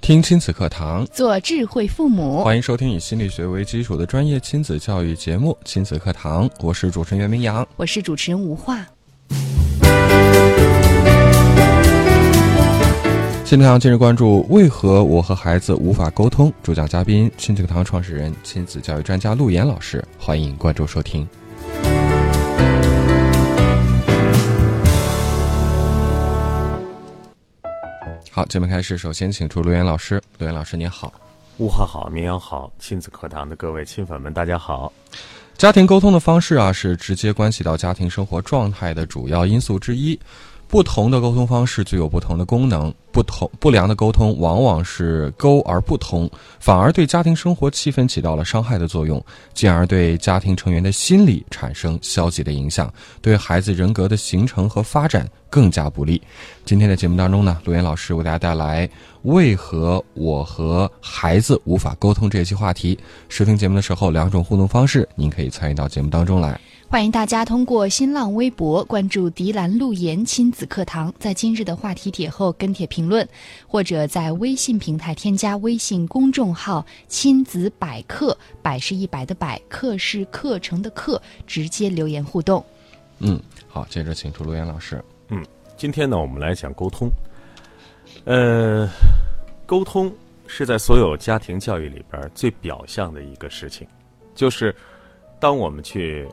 听亲子课堂，做智慧父母。欢迎收听以心理学为基础的专业亲子教育节目《亲子课堂》，我是主持人袁明阳。我是主持人吴化。新课堂今日关注：为何我和孩子无法沟通？主讲嘉宾：亲子课堂创始人、亲子教育专家陆岩老师。欢迎关注收听。好，节目开始，首先请出陆岩老师。陆岩老师，您好。物化好，绵羊好，亲子课堂的各位亲粉们，大家好。家庭沟通的方式啊，是直接关系到家庭生活状态的主要因素之一。不同的沟通方式具有不同的功能，不同不良的沟通往往是沟而不通，反而对家庭生活气氛起到了伤害的作用，进而对家庭成员的心理产生消极的影响，对孩子人格的形成和发展更加不利。今天的节目当中呢，陆岩老师为大家带来为何我和孩子无法沟通这一期话题。收听节目的时候，两种互动方式，您可以参与到节目当中来。欢迎大家通过新浪微博关注“迪兰路言亲子课堂”，在今日的话题帖后跟帖评论，或者在微信平台添加微信公众号“亲子百课”，百是一百的百，课是课程的课，直接留言互动。嗯，好，接着请出陆岩老师。今天呢，我们来讲沟通。呃，沟通是在所有家庭教育里边儿最表象的一个事情，就是当我们去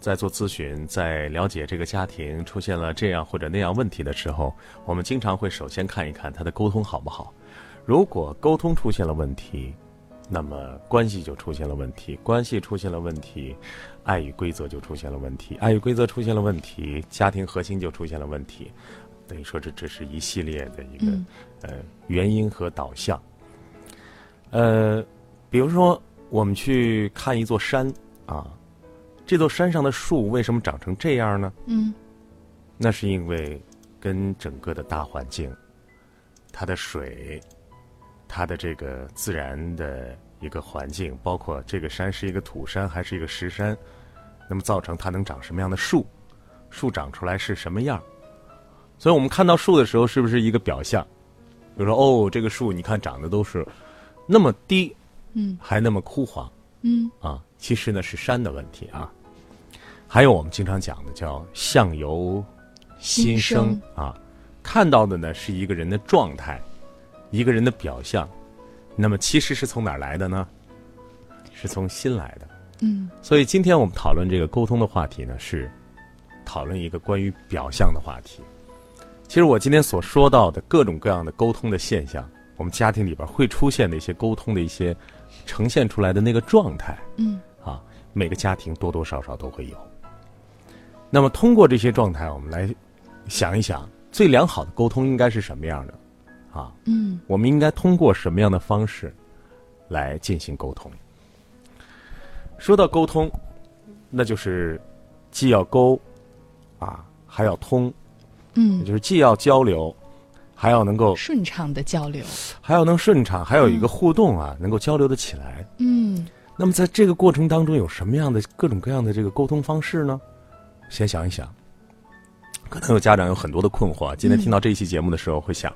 在做咨询，在了解这个家庭出现了这样或者那样问题的时候，我们经常会首先看一看他的沟通好不好。如果沟通出现了问题，那么关系就出现了问题，关系出现了问题，爱与规则就出现了问题，爱与规则出现了问题，家庭核心就出现了问题。等于说这只是一系列的一个、嗯呃原因和导向。呃，比如说我们去看一座山啊，这座山上的树为什么长成这样呢？嗯那是因为跟整个的大环境、它的水、它的这个自然的一个环境，包括这个山是一个土山还是一个石山，那么造成它能长什么样的树，树长出来是什么样。所以我们看到树的时候，是不是一个表象？比如说，哦，这个树你看长得都是那么低，嗯还那么枯黄，嗯啊，其实呢是山的问题啊。还有我们经常讲的叫“相由心生”心啊，看到的呢是一个人的状态，一个人的表象，那么其实是从哪儿来的呢？是从心来的。嗯所以今天我们讨论这个沟通的话题呢，是讨论一个关于表象的话题。其实我今天所说到的各种各样的沟通的现象，我们家庭里边会出现的一些沟通的一些呈现出来的那个状态，嗯啊，每个家庭多多少少都会有。那么通过这些状态，我们来想一想，最良好的沟通应该是什么样的？啊，嗯我们应该通过什么样的方式来进行沟通？说到沟通，那就是既要沟啊，还要通，也嗯，就是既要交流，还要能够顺畅的交流。还要能顺畅，还有一个互动啊，能够交流的起来。嗯那么在这个过程当中，有什么样的各种各样的这个沟通方式呢？先想一想，可能有家长有很多的困惑啊。今天嗯听到这一期节目的时候，会想、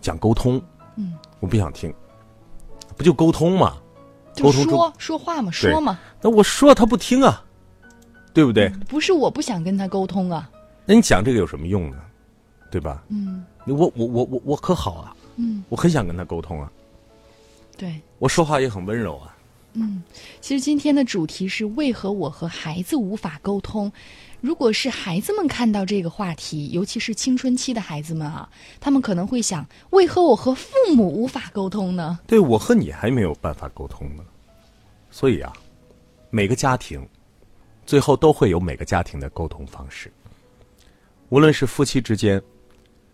讲沟通，嗯，我不想听，不就沟通嘛？就沟通中说说话嘛，说嘛，那我说他不听啊，对不对？不是我不想跟他沟通啊。那你讲这个有什么用呢？对吧？嗯你我我我我我可好啊，嗯，我很想跟他沟通啊，对，我说话也很温柔啊。嗯，其实今天的主题是为何我和孩子无法沟通。如果是孩子们看到这个话题，尤其是青春期的孩子们啊，他们可能会想：为何我和父母无法沟通呢？对我和你还没有办法沟通呢。所以啊，每个家庭最后都会有每个家庭的沟通方式，无论是夫妻之间，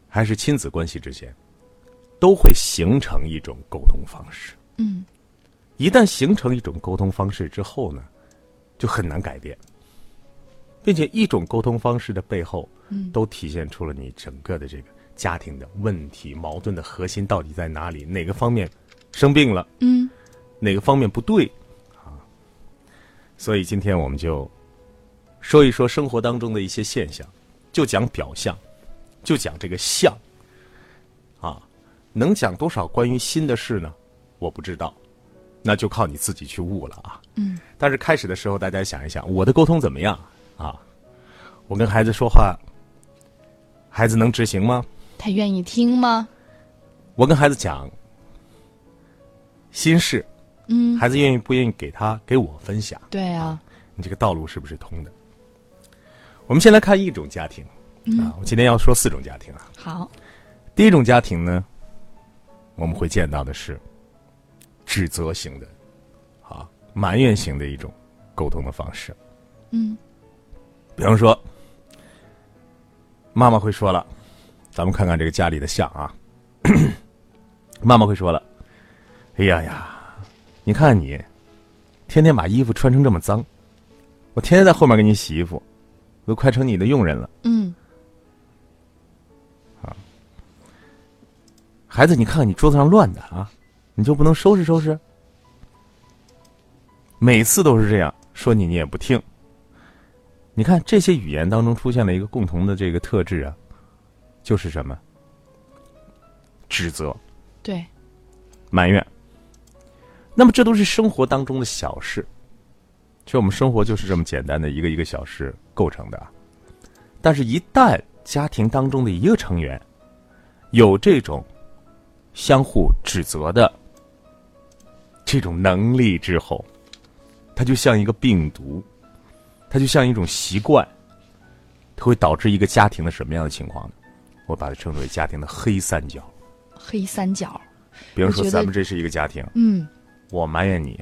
还是亲子关系之间，都会形成一种沟通方式。嗯一旦形成一种沟通方式之后呢，就很难改变。并且一种沟通方式的背后，嗯都体现出了你整个的这个家庭的问题、矛盾的核心到底在哪里，哪个方面生病了，嗯，哪个方面不对啊。所以今天我们就说一说生活当中的一些现象，就讲表象，就讲这个象啊，能讲多少关于心的事呢？我不知道，那就靠你自己去悟了啊。嗯，但是开始的时候，大家想一想，我的沟通怎么样啊？我跟孩子说话，孩子能执行吗？他愿意听吗？我跟孩子讲心事，嗯，孩子愿意不愿意给他给我分享？对啊，你这个道路是不是通的？我们先来看一种家庭、啊，我今天要说四种家庭啊。好，第一种家庭呢，我们会见到的是指责型的，啊，埋怨型的一种沟通的方式。嗯比方说，妈妈会说了，咱们看看这个家里的像啊， 妈妈会说了，哎呀呀，你看你，天天把衣服穿成这么脏，我天天在后面给你洗衣服，我都快成你的佣人了。嗯孩子，你看看你桌子上乱的啊，你就不能收拾收拾？每次都是这样说你，你也不听。你看这些语言当中出现了一个共同的这个特质啊，就是什么？指责、对，埋怨。那么这都是生活当中的小事，其实我们生活就是这么简单的一个一个小事构成的啊。但是，一旦家庭当中的一个成员有这种相互指责的这种能力之后，它就像一个病毒，它就像一种习惯，它会导致一个家庭的什么样的情况呢？我把它称之为家庭的黑三角。黑三角，比如我说，觉得咱们这是一个家庭，嗯，我埋怨你，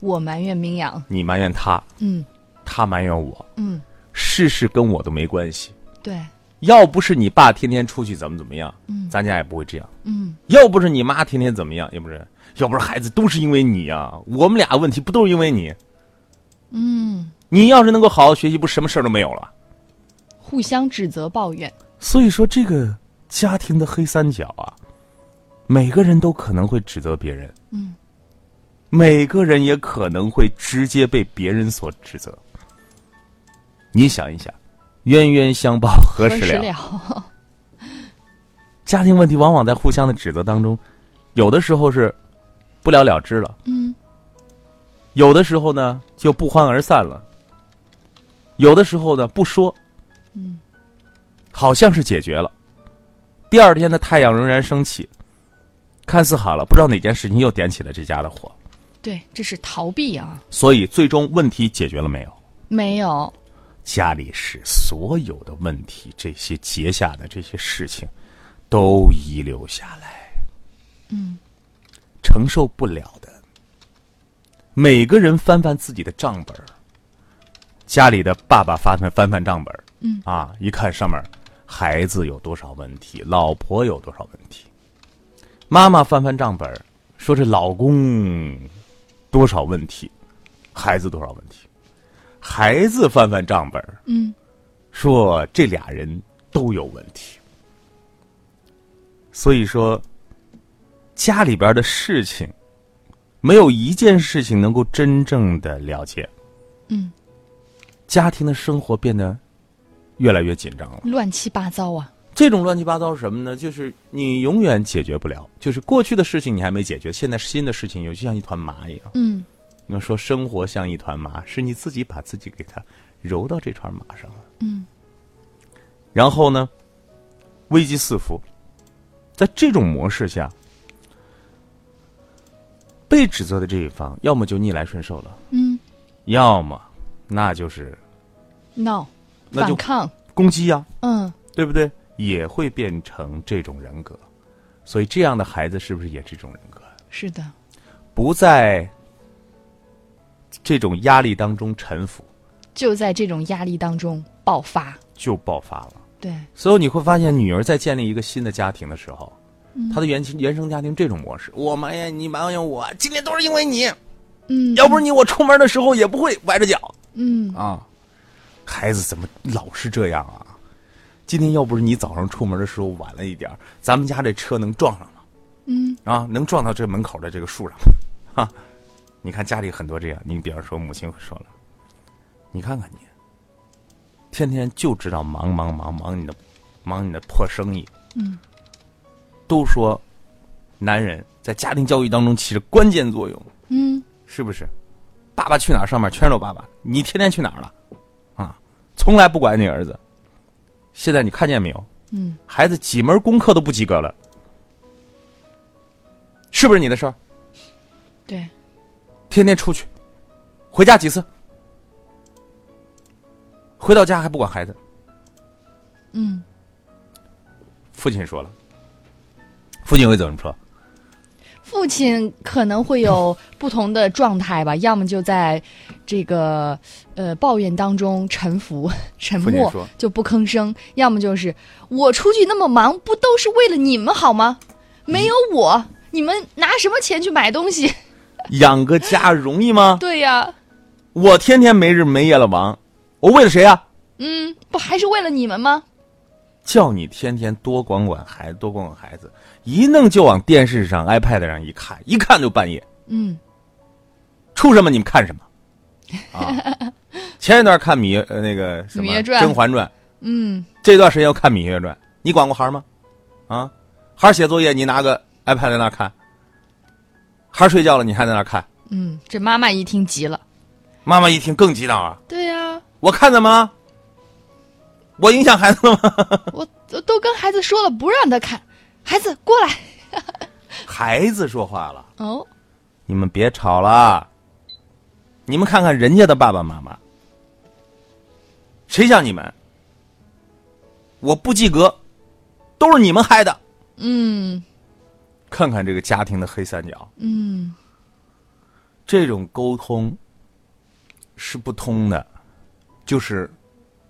我埋怨明阳，你埋怨他，嗯他埋怨我，嗯，事事跟我都没关系。对，要不是你爸天天出去怎么怎么样，嗯咱家也不会这样；嗯要不是你妈天天怎么样，也不是，要不是孩子都是因为你啊，我们俩问题不都是因为你？嗯，你要是能够好好学习，不什么事儿都没有了。互相指责抱怨，所以说，这个家庭的黑三角啊，每个人都可能会指责别人，嗯，每个人也可能会直接被别人所指责。你想一想，冤冤相报何时了？了，家庭问题往往在互相的指责当中，有的时候是不了了之了，嗯有的时候呢就不欢而散了，有的时候呢不说，嗯，好像是解决了，第二天的太阳仍然升起，看似好了，不知道哪件事情又点起了这家的火，对，这是逃避啊，所以最终问题解决了没有？没有，家里是所有的问题，这些结下的这些事情，都遗留下来。嗯，承受不了的。每个人翻翻自己的账本儿家里的爸爸翻翻翻翻账本儿嗯啊，一看上面儿孩子有多少问题，老婆有多少问题，妈妈翻翻账本儿说这老公多少问题，孩子多少问题，孩子翻翻账本儿嗯说这俩人都有问题。所以说，家里边的事情，没有一件事情能够真正的了解，嗯，家庭的生活变得越来越紧张了。乱七八糟啊，这种乱七八糟是什么呢？就是你永远解决不了，就是过去的事情你还没解决，现在新的事情有就像一团麻一样。嗯。你要说生活像一团麻，是你自己把自己给它揉到这团麻上了。嗯然后呢，危机四伏。在这种模式下，被指责的这一方，要么就逆来顺受了，嗯要么那就是，no，那就反抗，攻击呀、嗯对不对？也会变成这种人格。所以，这样的孩子是不是也是这种人格？是的，不在这种压力当中沉浮，就在这种压力当中爆发，就爆发了。对，所以你会发现，女儿在建立一个新的家庭的时候，她的原亲原生家庭这种模式，我埋怨你，埋怨我，今天都是因为你，嗯，要不是你，我出门的时候也不会崴着脚嗯啊。孩子怎么老是这样啊？今天要不是你早上出门的时候晚了一点儿，咱们家这车能撞上吗？嗯，啊，能撞到这门口的这个树上吗？啊，你看家里很多这样，你比方说母亲会说了，你看看你，天天就知道忙忙忙忙你的，忙你的破生意。嗯，都说男人在家庭教育当中起着关键作用，嗯，是不是？爸爸去哪儿上面全是我爸爸，你天天去哪儿了？啊，从来不管你儿子。现在你看见没有？嗯，孩子几门功课都不及格了，是不是你的事儿？对，天天出去，回家几次？回到家还不管孩子？嗯，父亲说了，父亲会怎么说？父亲可能会 有不同的状态吧，要么就在这个呃抱怨当中沉 浮、沉父亲默说，就不吭声；要么就是我出去那么忙，不都是为了你们好吗？嗯没有我，你们拿什么钱去买东西？ 养个家容易吗？对呀、我天天没日没夜了忙，我为了谁呀、啊嗯，不还是为了你们吗？叫你天天多管管孩子，多管管孩子，一弄就往电视上、iPad 上一看，一看就半夜。嗯出什么你们看什么？ 啊，前一段看《芈月》呃那个什么芈月《传甄嬛传》，嗯，这段时间又看《芈月传》，你管过孩儿吗？啊，孩儿写作业你拿个 iPad 在那儿看，孩儿睡觉了你还在那儿看，嗯，这妈妈一听急了。妈妈一听更激动啊！对呀、我看怎么？我影响孩子了吗？我我都跟孩子说了不让他看，孩子过来。孩子说话了。哦，你们别吵了，你们看看人家的爸爸妈妈，谁像你们？我不及格，都是你们害的。嗯看看这个家庭的黑三角，嗯这种沟通是不通的，就是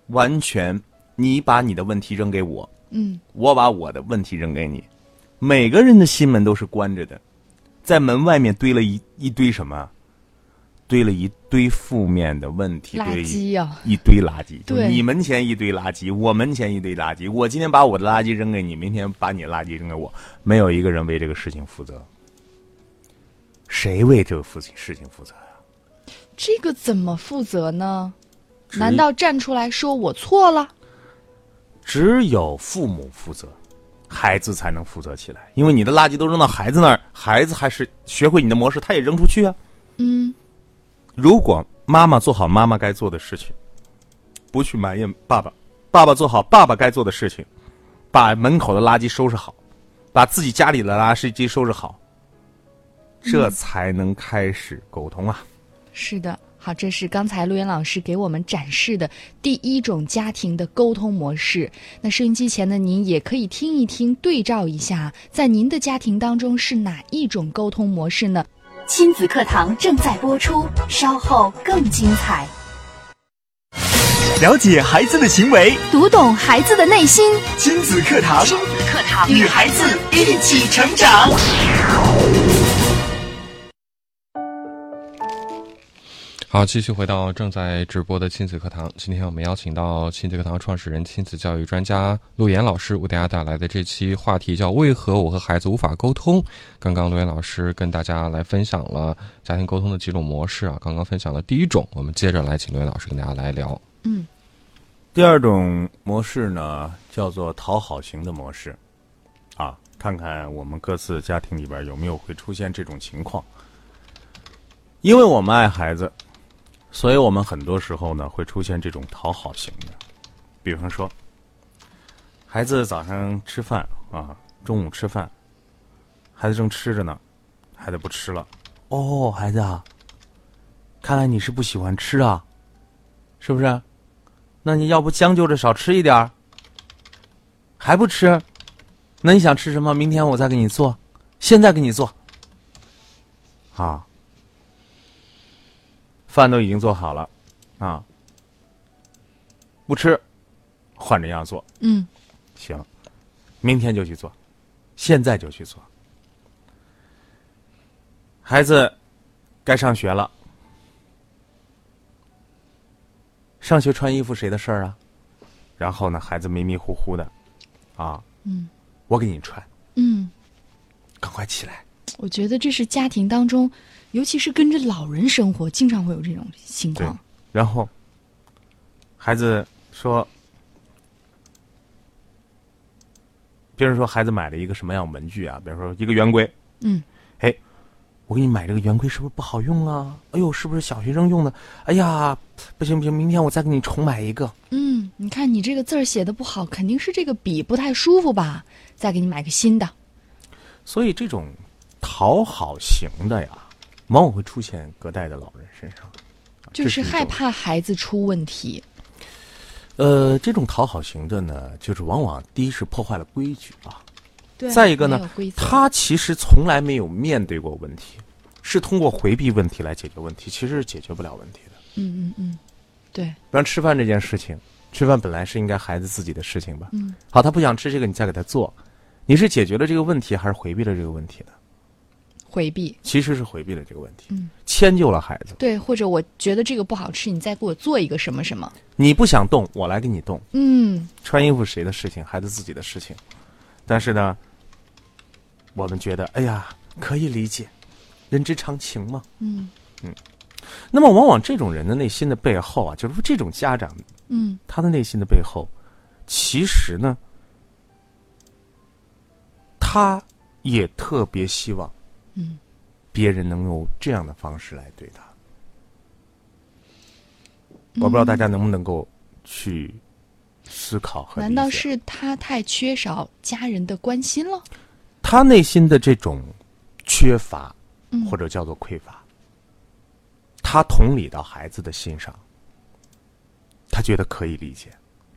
完全你把你的问题扔给我，嗯我把我的问题扔给你。每个人的心门都是关着的，在门外面堆了一一堆什么？堆了一堆负面的问题，垃堆一圾呀、一堆垃圾。对你门前一堆垃圾，我门前一堆垃圾。我今天把我的垃圾扔给你，明天把你的垃圾扔给我，没有一个人为这个事情负责。谁为这个事情事情负责呀、这个怎么负责呢？难道站出来说我错了？只有父母负责，孩子才能负责起来。因为你的垃圾都扔到孩子那儿，孩子还是学会你的模式，他也扔出去啊。嗯如果妈妈做好妈妈该做的事情，不去埋怨爸爸；爸爸做好爸爸该做的事情，把门口的垃圾收拾好，把自己家里的垃圾收拾好，这才能开始沟通啊。是的。好，这是刚才陆岩老师给我们展示的第一种家庭的沟通模式。那收音机前的您也可以听一听，对照一下，在您的家庭当中是哪一种沟通模式呢？亲子课堂正在播出，稍后更精彩。了解孩子的行为，读懂孩子的内心，亲子课堂亲子课堂与孩子一起成长。好，继续回到正在直播的亲子课堂。今天我们邀请到亲子课堂创始人、亲子教育专家陆岩老师为大家带来的这期话题叫“为何我和孩子无法沟通”。刚刚陆岩老师跟大家来分享了家庭沟通的几种模式啊，刚刚分享了第一种，我们接着来请陆岩老师跟大家来聊。第二种模式呢，叫做讨好型的模式，啊，看看我们各自家庭里边有没有会出现这种情况。因为我们爱孩子，所以我们很多时候呢会出现这种讨好型的，比方说，孩子早上吃饭啊，中午吃饭，孩子正吃着呢，孩子不吃了，哦，孩子啊，看来你是不喜欢吃啊，是不啊是？那你要不将就着少吃一点儿，还不吃？那你想吃什么？明天我再给你做，现在给你做。啊，饭都已经做好了，啊，不吃，换着样做，嗯行，明天就去做，现在就去做。孩子该上学了，上学穿衣服谁的事儿啊？然后呢，孩子迷迷糊糊的，啊，嗯，我给你穿，嗯，赶快起来。我觉得这是家庭当中，尤其是跟着老人生活，经常会有这种情况。啊然后，孩子说，别人说孩子买了一个什么样文具啊？比如说一个圆规，哎嗯，我给你买这个圆规是不是不好用啊？哎呦，是不是小学生用的？哎呀，不行不行，明天我再给你重买一个。嗯，你看你这个字儿写的不好，肯定是这个笔不太舒服吧？再给你买个新的。所以这种讨好型的呀，往往会出现隔代的老人身上，就这是一种害怕孩子出问题。呃，这种讨好型的呢，就是往往第一是破坏了规矩啊，对再一个呢没有规，则他其实从来没有面对过问题，是通过回避问题来解决问题，其实是解决不了问题的。嗯嗯嗯，对，比方吃饭这件事情，吃饭本来是应该孩子自己的事情吧，嗯，好，他不想吃这个，你再给他做，你是解决了这个问题，还是回避了这个问题呢？回避。其实是回避了这个问题，嗯迁就了孩子。对，或者我觉得这个不好吃，你再给我做一个什么什么。你不想动，我来给你动。嗯，穿衣服谁的事情，孩子自己的事情。但是呢，我们觉得，哎呀，可以理解，人之常情嘛。嗯那么，往往这种人的内心的背后啊，就是说这种家长嗯他的内心的背后，其实呢，他也特别希望嗯，别人能用这样的方式来对他。嗯我不知道大家能不能够去思考和理解。难道是他太缺少家人的关心了？他内心的这种缺乏，嗯或者叫做匮乏，他同理到孩子的心上，他觉得可以理解。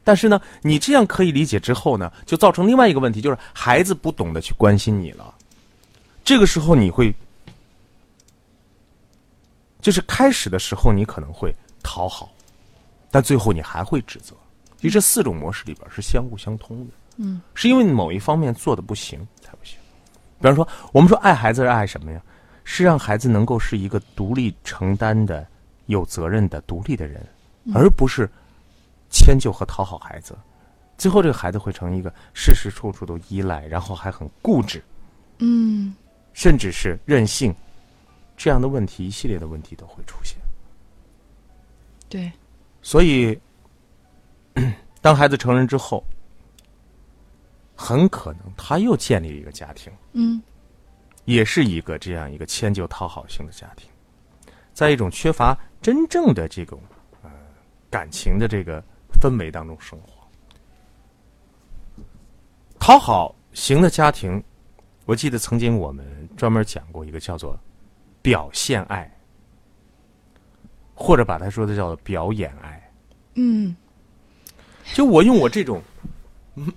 但是呢，你这样可以理解之后呢，就造成另外一个问题，就是孩子不懂得去关心你了。这个时候你会，就是开始的时候你可能会讨好，但最后你还会指责。其实这四种模式里边是相互相通的。嗯，是因为你某一方面做的不行才不行。比方说，我们说爱孩子是爱什么呀？是让孩子能够是一个独立承担的、有责任的、独立的人，而不是迁就和讨好孩子。最后，这个孩子会成一个事事处处都依赖，然后还很固执，嗯甚至是任性，这样的问题一系列的问题都会出现。对，所以， 当孩子成人之后，很可能他又建立了一个家庭。嗯也是一个这样一个迁就讨好型的家庭，在一种缺乏真正的这种呃感情的这个氛围当中生活。讨好型的家庭，我记得曾经我们专门讲过一个叫做“表现爱”，或者把它说的叫做“表演爱”。嗯就我用我这种，嗯，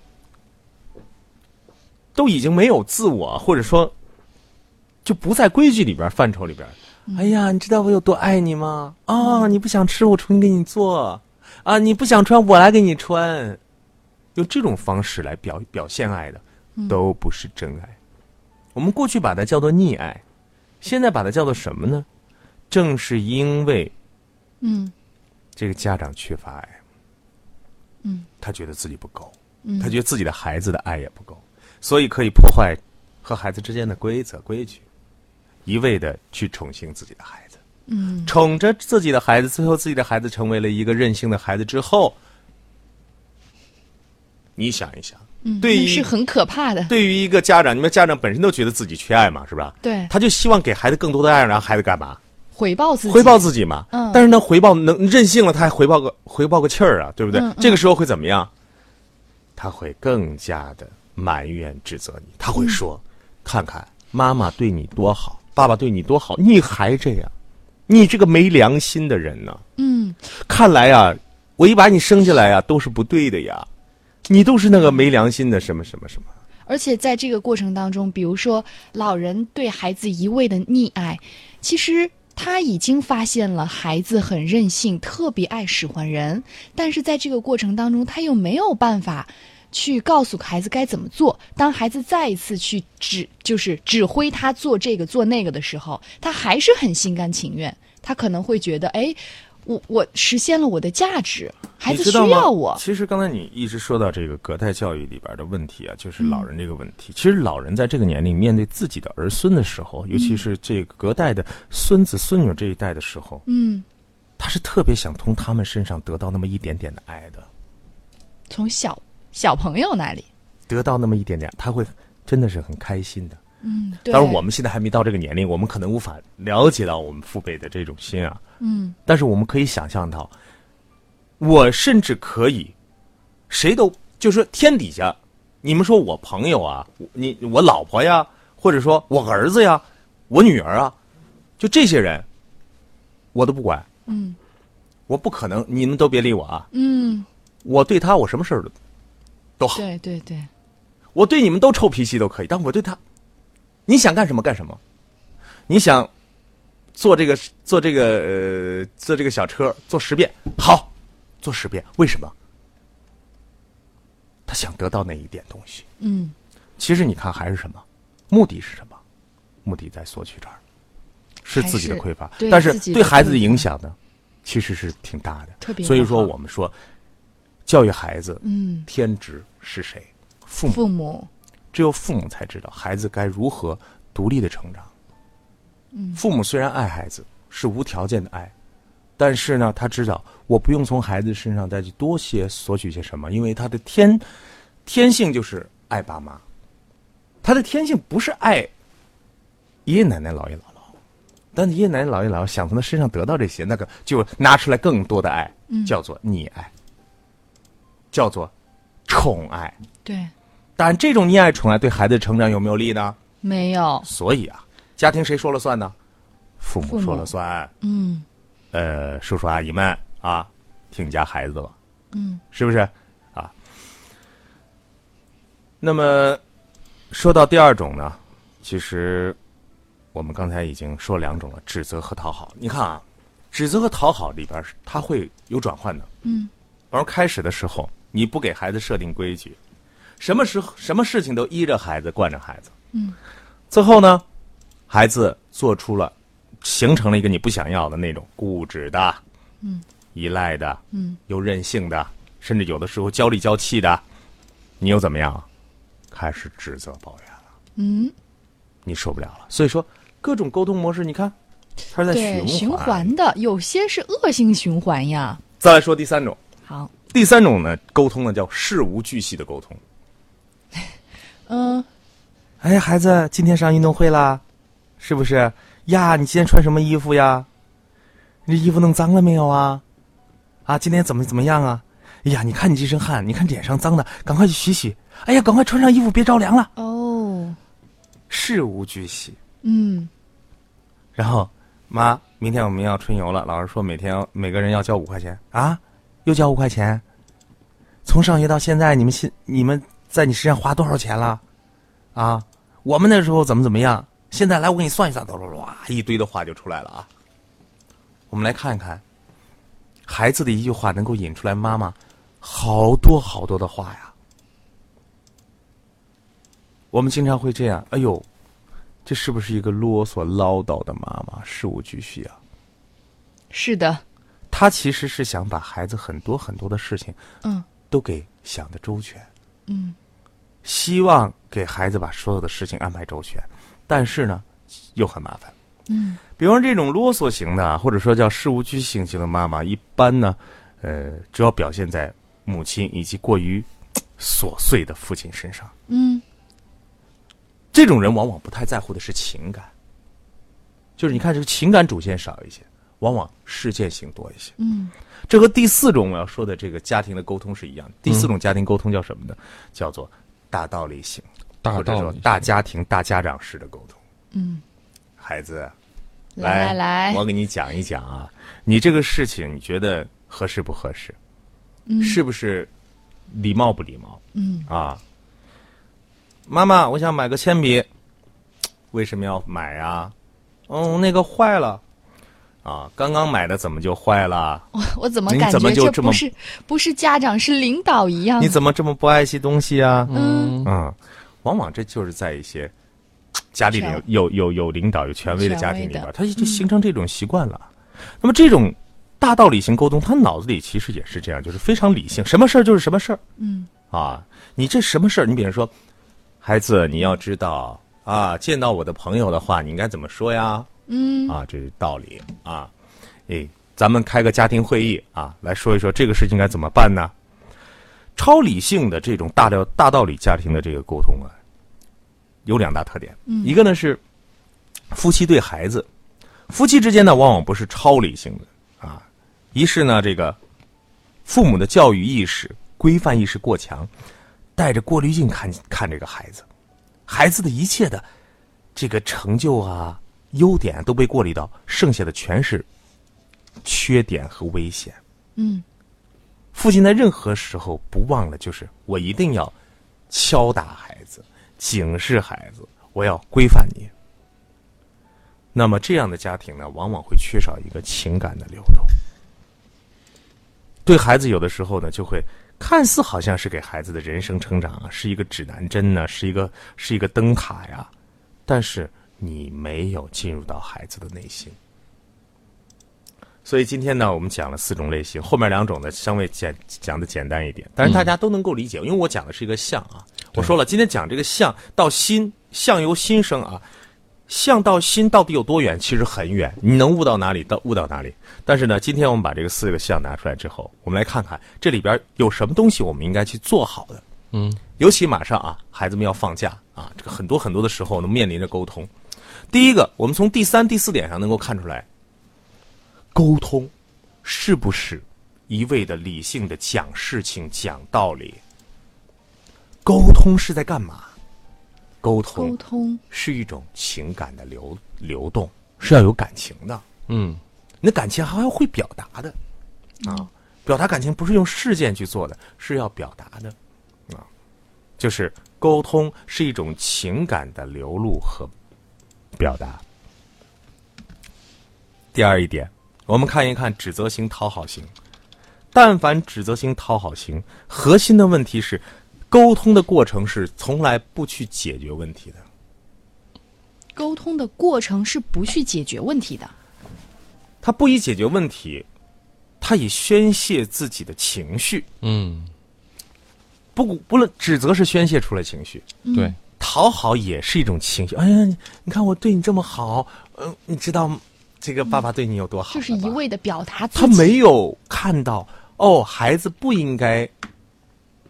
都已经没有自我，或者说就不在规矩里边儿范畴里边儿。哎呀，你知道我有多爱你吗？啊、你不想吃，我重新给你做；啊，你不想穿，我来给你穿。用这种方式来表表现爱的，都不是真爱。我们过去把它叫做溺爱，现在把它叫做什么呢？正是因为嗯这个家长缺乏爱，嗯，他觉得自己不够，嗯他觉得自己的孩子的爱也不够，所以可以破坏和孩子之间的规则规矩，一味的去宠幸自己的孩子，嗯宠着自己的孩子，最后自己的孩子成为了一个任性的孩子之后，你想一想，嗯，对那于是很可怕的。对于一个家长，你们家长本身都觉得自己缺爱嘛，是吧？对，他就希望给孩子更多的爱，然后孩子干嘛？回报自己，回报自己嘛。嗯但是呢，回报能任性了，他还回报个回报个气儿啊，对不对？嗯嗯这个时候会怎么样？他会更加的埋怨指责你，他会说：“嗯看看妈妈对你多好，爸爸对你多好，你还这样，你这个没良心的人呢、嗯，看来啊，我一把你生下来啊，都是不对的呀，你都是那个没良心的什么什么什么。”而且在这个过程当中，比如说老人对孩子一味的溺爱，其实他已经发现了孩子很任性，特别爱使唤人，但是在这个过程当中，他又没有办法。去告诉孩子该怎么做。当孩子再一次去指，就是指挥他做这个做那个的时候，他还是很心甘情愿。他可能会觉得，哎，我我实现了我的价值，孩你子知需道吗要我，其实刚才你一直说到这个隔代教育里边的问题啊，就是老嗯人这个问题。其实老人在这个年龄面对自己的儿孙的时候，尤嗯其是这个隔代的孙子孙女这一代的时候，嗯，他是特别想从他们身上得到那么一点点的爱的，从小小朋友那里，得到那么一点点，他会真的是很开心的。嗯，对当然，我们现在还没到这个年龄，我们可能无法了解到我们父辈的这种心啊。嗯，但是我们可以想象到，我甚至可以，谁都就是说天底下，你们说我朋友啊，我你我老婆呀，或者说我儿子呀，我女儿啊，就这些人，我都不管。嗯，我不可能，你们都别理我啊！嗯，我对他，我什么事儿都都好，对对对，我对你们都臭脾气都可以，但我对他，你想干什么干什么，你想坐这个坐这个呃坐这个小车坐十遍，好，坐十遍，为什么？他想得到那一点东西。嗯，其实你看还是什么，目的是什么？目的在索取这儿，是自己的还是匮乏，对但是自己的对孩子的匮乏影响呢，其实是挺大的。特别所以不说，好我们说，教育孩子，嗯，天职是谁？父母。父母，只有父母才知道孩子该如何独立的成长。嗯，父母虽然爱孩子，是无条件的爱，但是呢，他知道我不用从孩子身上再去多些索取些什么，因为他的天天性就是爱爸妈，他的天性不是爱爷爷奶奶、姥爷姥姥，但是爷爷奶奶、姥爷姥姥想从他身上得到这些，那个就拿出来更多的爱，叫做溺爱，叫做宠爱。对，但这种溺爱宠爱对孩子的成长有没有利呢？没有，所以啊，家庭谁说了算呢？父父母母说了算。嗯，呃，叔叔阿姨们啊，听你家孩子的吧。嗯，是不是啊？那么说到第二种呢，其实我们刚才已经说两种了，指责和讨好。你看啊，指责和讨好里边儿是它会有转换的。嗯，而开始的时候，你不给孩子设定规矩，什么时候什么事情都依着孩子，惯着孩子。嗯，最后呢，孩子做出了，形成了一个你不想要的那种固执的，依赖的，嗯，又任性的，甚至有的时候娇里娇气的，你又怎么样啊？开始指责抱怨了，嗯，你受不了了。所以说，各种沟通模式，你看，它是在对，循环。环的，有些是恶性循环呀。再来说第三种，好，第三种呢，沟通呢叫事无巨细的沟通。嗯，哎，孩子，今天上运动会啦，是不是？呀，你今天穿什么衣服呀？你这衣服弄脏了没有啊？啊，今天怎么怎么样啊？哎呀，你看你这身汗，你看脸上脏的，赶快去洗洗。哎呀，赶快穿上衣服，别着凉了。哦，事无巨细。嗯，然后，妈，明天我们要春游了，老师说每天要每个人要交五块钱啊，又交五块钱。从上学到现在，你们现你们在你身上花多少钱了？啊，我们那时候怎么怎么样？现在来，我给你算一算，哆啦啦，一堆的话就出来了啊。我们来看看，孩子的一句话能够引出来妈妈好多好多的话呀。我们经常会这样，哎呦，这是不是一个啰嗦唠叨的妈妈？事无巨细啊！是的，她其实是想把孩子很多很多的事情嗯都给想的周全，嗯，希望给孩子把所有的事情安排周全，但是呢，又很麻烦。嗯，比方说这种啰嗦型的啊，或者说叫事无巨细型的妈妈，一般呢，呃，主要表现在母亲以及过于嘖琐碎的父亲身上。嗯，这种人往往不太在乎的是情感，就是你看这个情感主线少一些，往往事件型多一些。嗯，这和第四种我要说的这个家庭的沟通是一样的。第四种家庭沟通叫什么呢？叫做大道理型，大或者道说理，大家庭、大家长式的沟通。嗯，孩子，啊来来我来，给你讲一讲啊，你这个事情你觉得合适不合适？嗯是不是礼貌不礼貌？嗯啊，妈妈，我想买个铅笔，为什么要买啊？嗯，那个坏了，啊，刚刚买的怎么就坏了？我我怎么您感怎么觉就这不么是不是家长是领导一样？你怎么这么不爱惜东西啊？嗯嗯，往往这就是在一些家里权有有有有领导有权威的家庭里嗯权边威的，他就形成这种习惯了。那么这种大道理型沟通，他脑子里其实也是这样，就是非常理性，什么事儿就是什么事儿嗯啊。你这什么事儿？你比如说，孩子，你要知道啊，见到我的朋友的话，你应该怎么说呀？嗯啊，这是道理啊。诶，咱们开个家庭会议啊，来说一说这个事情该怎么办呢？超理性的这种大道大道理家庭的这个沟通啊，有两大特点，一个呢是夫妻对孩子，夫妻之间呢往往不是超理性的啊，一是呢这个父母的教育意识、规范意识过强，带着过滤镜看看这个孩子，孩子的一切的这个成就啊、优点啊都被过滤到，剩下的全是缺点和危险。嗯父亲在任何时候不忘了，就是我一定要敲打孩子，警示孩子，我要规范你。那么这样的家庭呢，往往会缺少一个情感的流动。对孩子有的时候呢，就会看似好像是给孩子的人生成长啊，是一个指南针呢、是一个是一个灯塔呀，但是你没有进入到孩子的内心。所以今天呢，我们讲了四种类型，后面两种呢稍微简讲的简单一点，但是大家都能够理解，因为我讲的是一个象啊。我说了，今天讲这个象到心，象由心生啊，象到心到底有多远？其实很远，你能悟到哪里到悟到哪里。但是呢，今天我们把这个四个象拿出来之后，我们来看看这里边有什么东西我们应该去做好的。嗯，尤其马上啊，孩子们要放假啊，这个很多很多的时候呢面临着沟通。第一个，我们从第三、第四点上能够看出来，沟通是不是一味的理性的讲事情、讲道理？沟通是在干嘛？沟通沟通是一种情感的流流动，是要有感情的。嗯，你的感情还要会表达的啊，表达感情不是用事件去做的，是要表达的啊，就是沟通是一种情感的流露和表达。第二一点，我们看一看指责型、讨好型。但凡指责型、讨好型，核心的问题是，沟通的过程是从来不去解决问题的。沟通的过程是不去解决问题的。他不以解决问题，他以宣泄自己的情绪。嗯，不顾不论指责是宣泄出来情绪，对，讨好也是一种情绪。哎呀，你你看我对你这么好，嗯、你知道这个爸爸对你有多好了吧、就是一味的表达自己。他没有看到哦，孩子不应该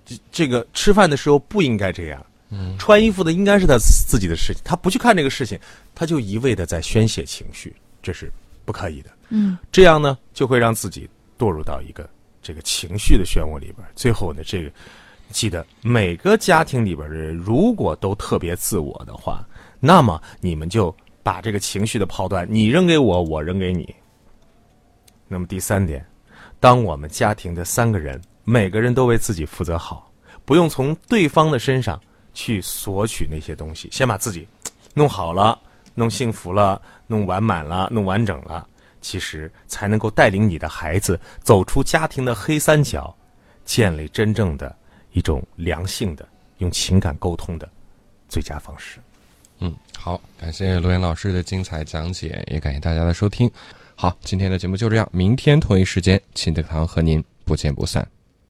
这这个吃饭的时候不应该这样，嗯，穿衣服的应该是他自己的事情，他不去看这个事情，他就一味的在宣泄情绪，这是不可以的。嗯，这样呢，就会让自己堕入到一个这个情绪的漩涡里边儿。最后呢，这个记得每个家庭里边儿的人，如果都特别自我的话，那么你们就把这个情绪的抛端，你扔给我，我扔给你。那么第三点，当我们家庭的三个人，每个人都为自己负责好，不用从对方的身上去索取那些东西，先把自己弄好了，弄幸福了，弄完满了，弄完整了，其实才能够带领你的孩子走出家庭的黑三角，建立真正的一种良性的、用情感沟通的最佳方式。嗯，好，感谢罗岩老师的精彩讲解，也感谢大家的收听。好，今天的节目就这样，明天同一时间，亲子课堂和您不见不散。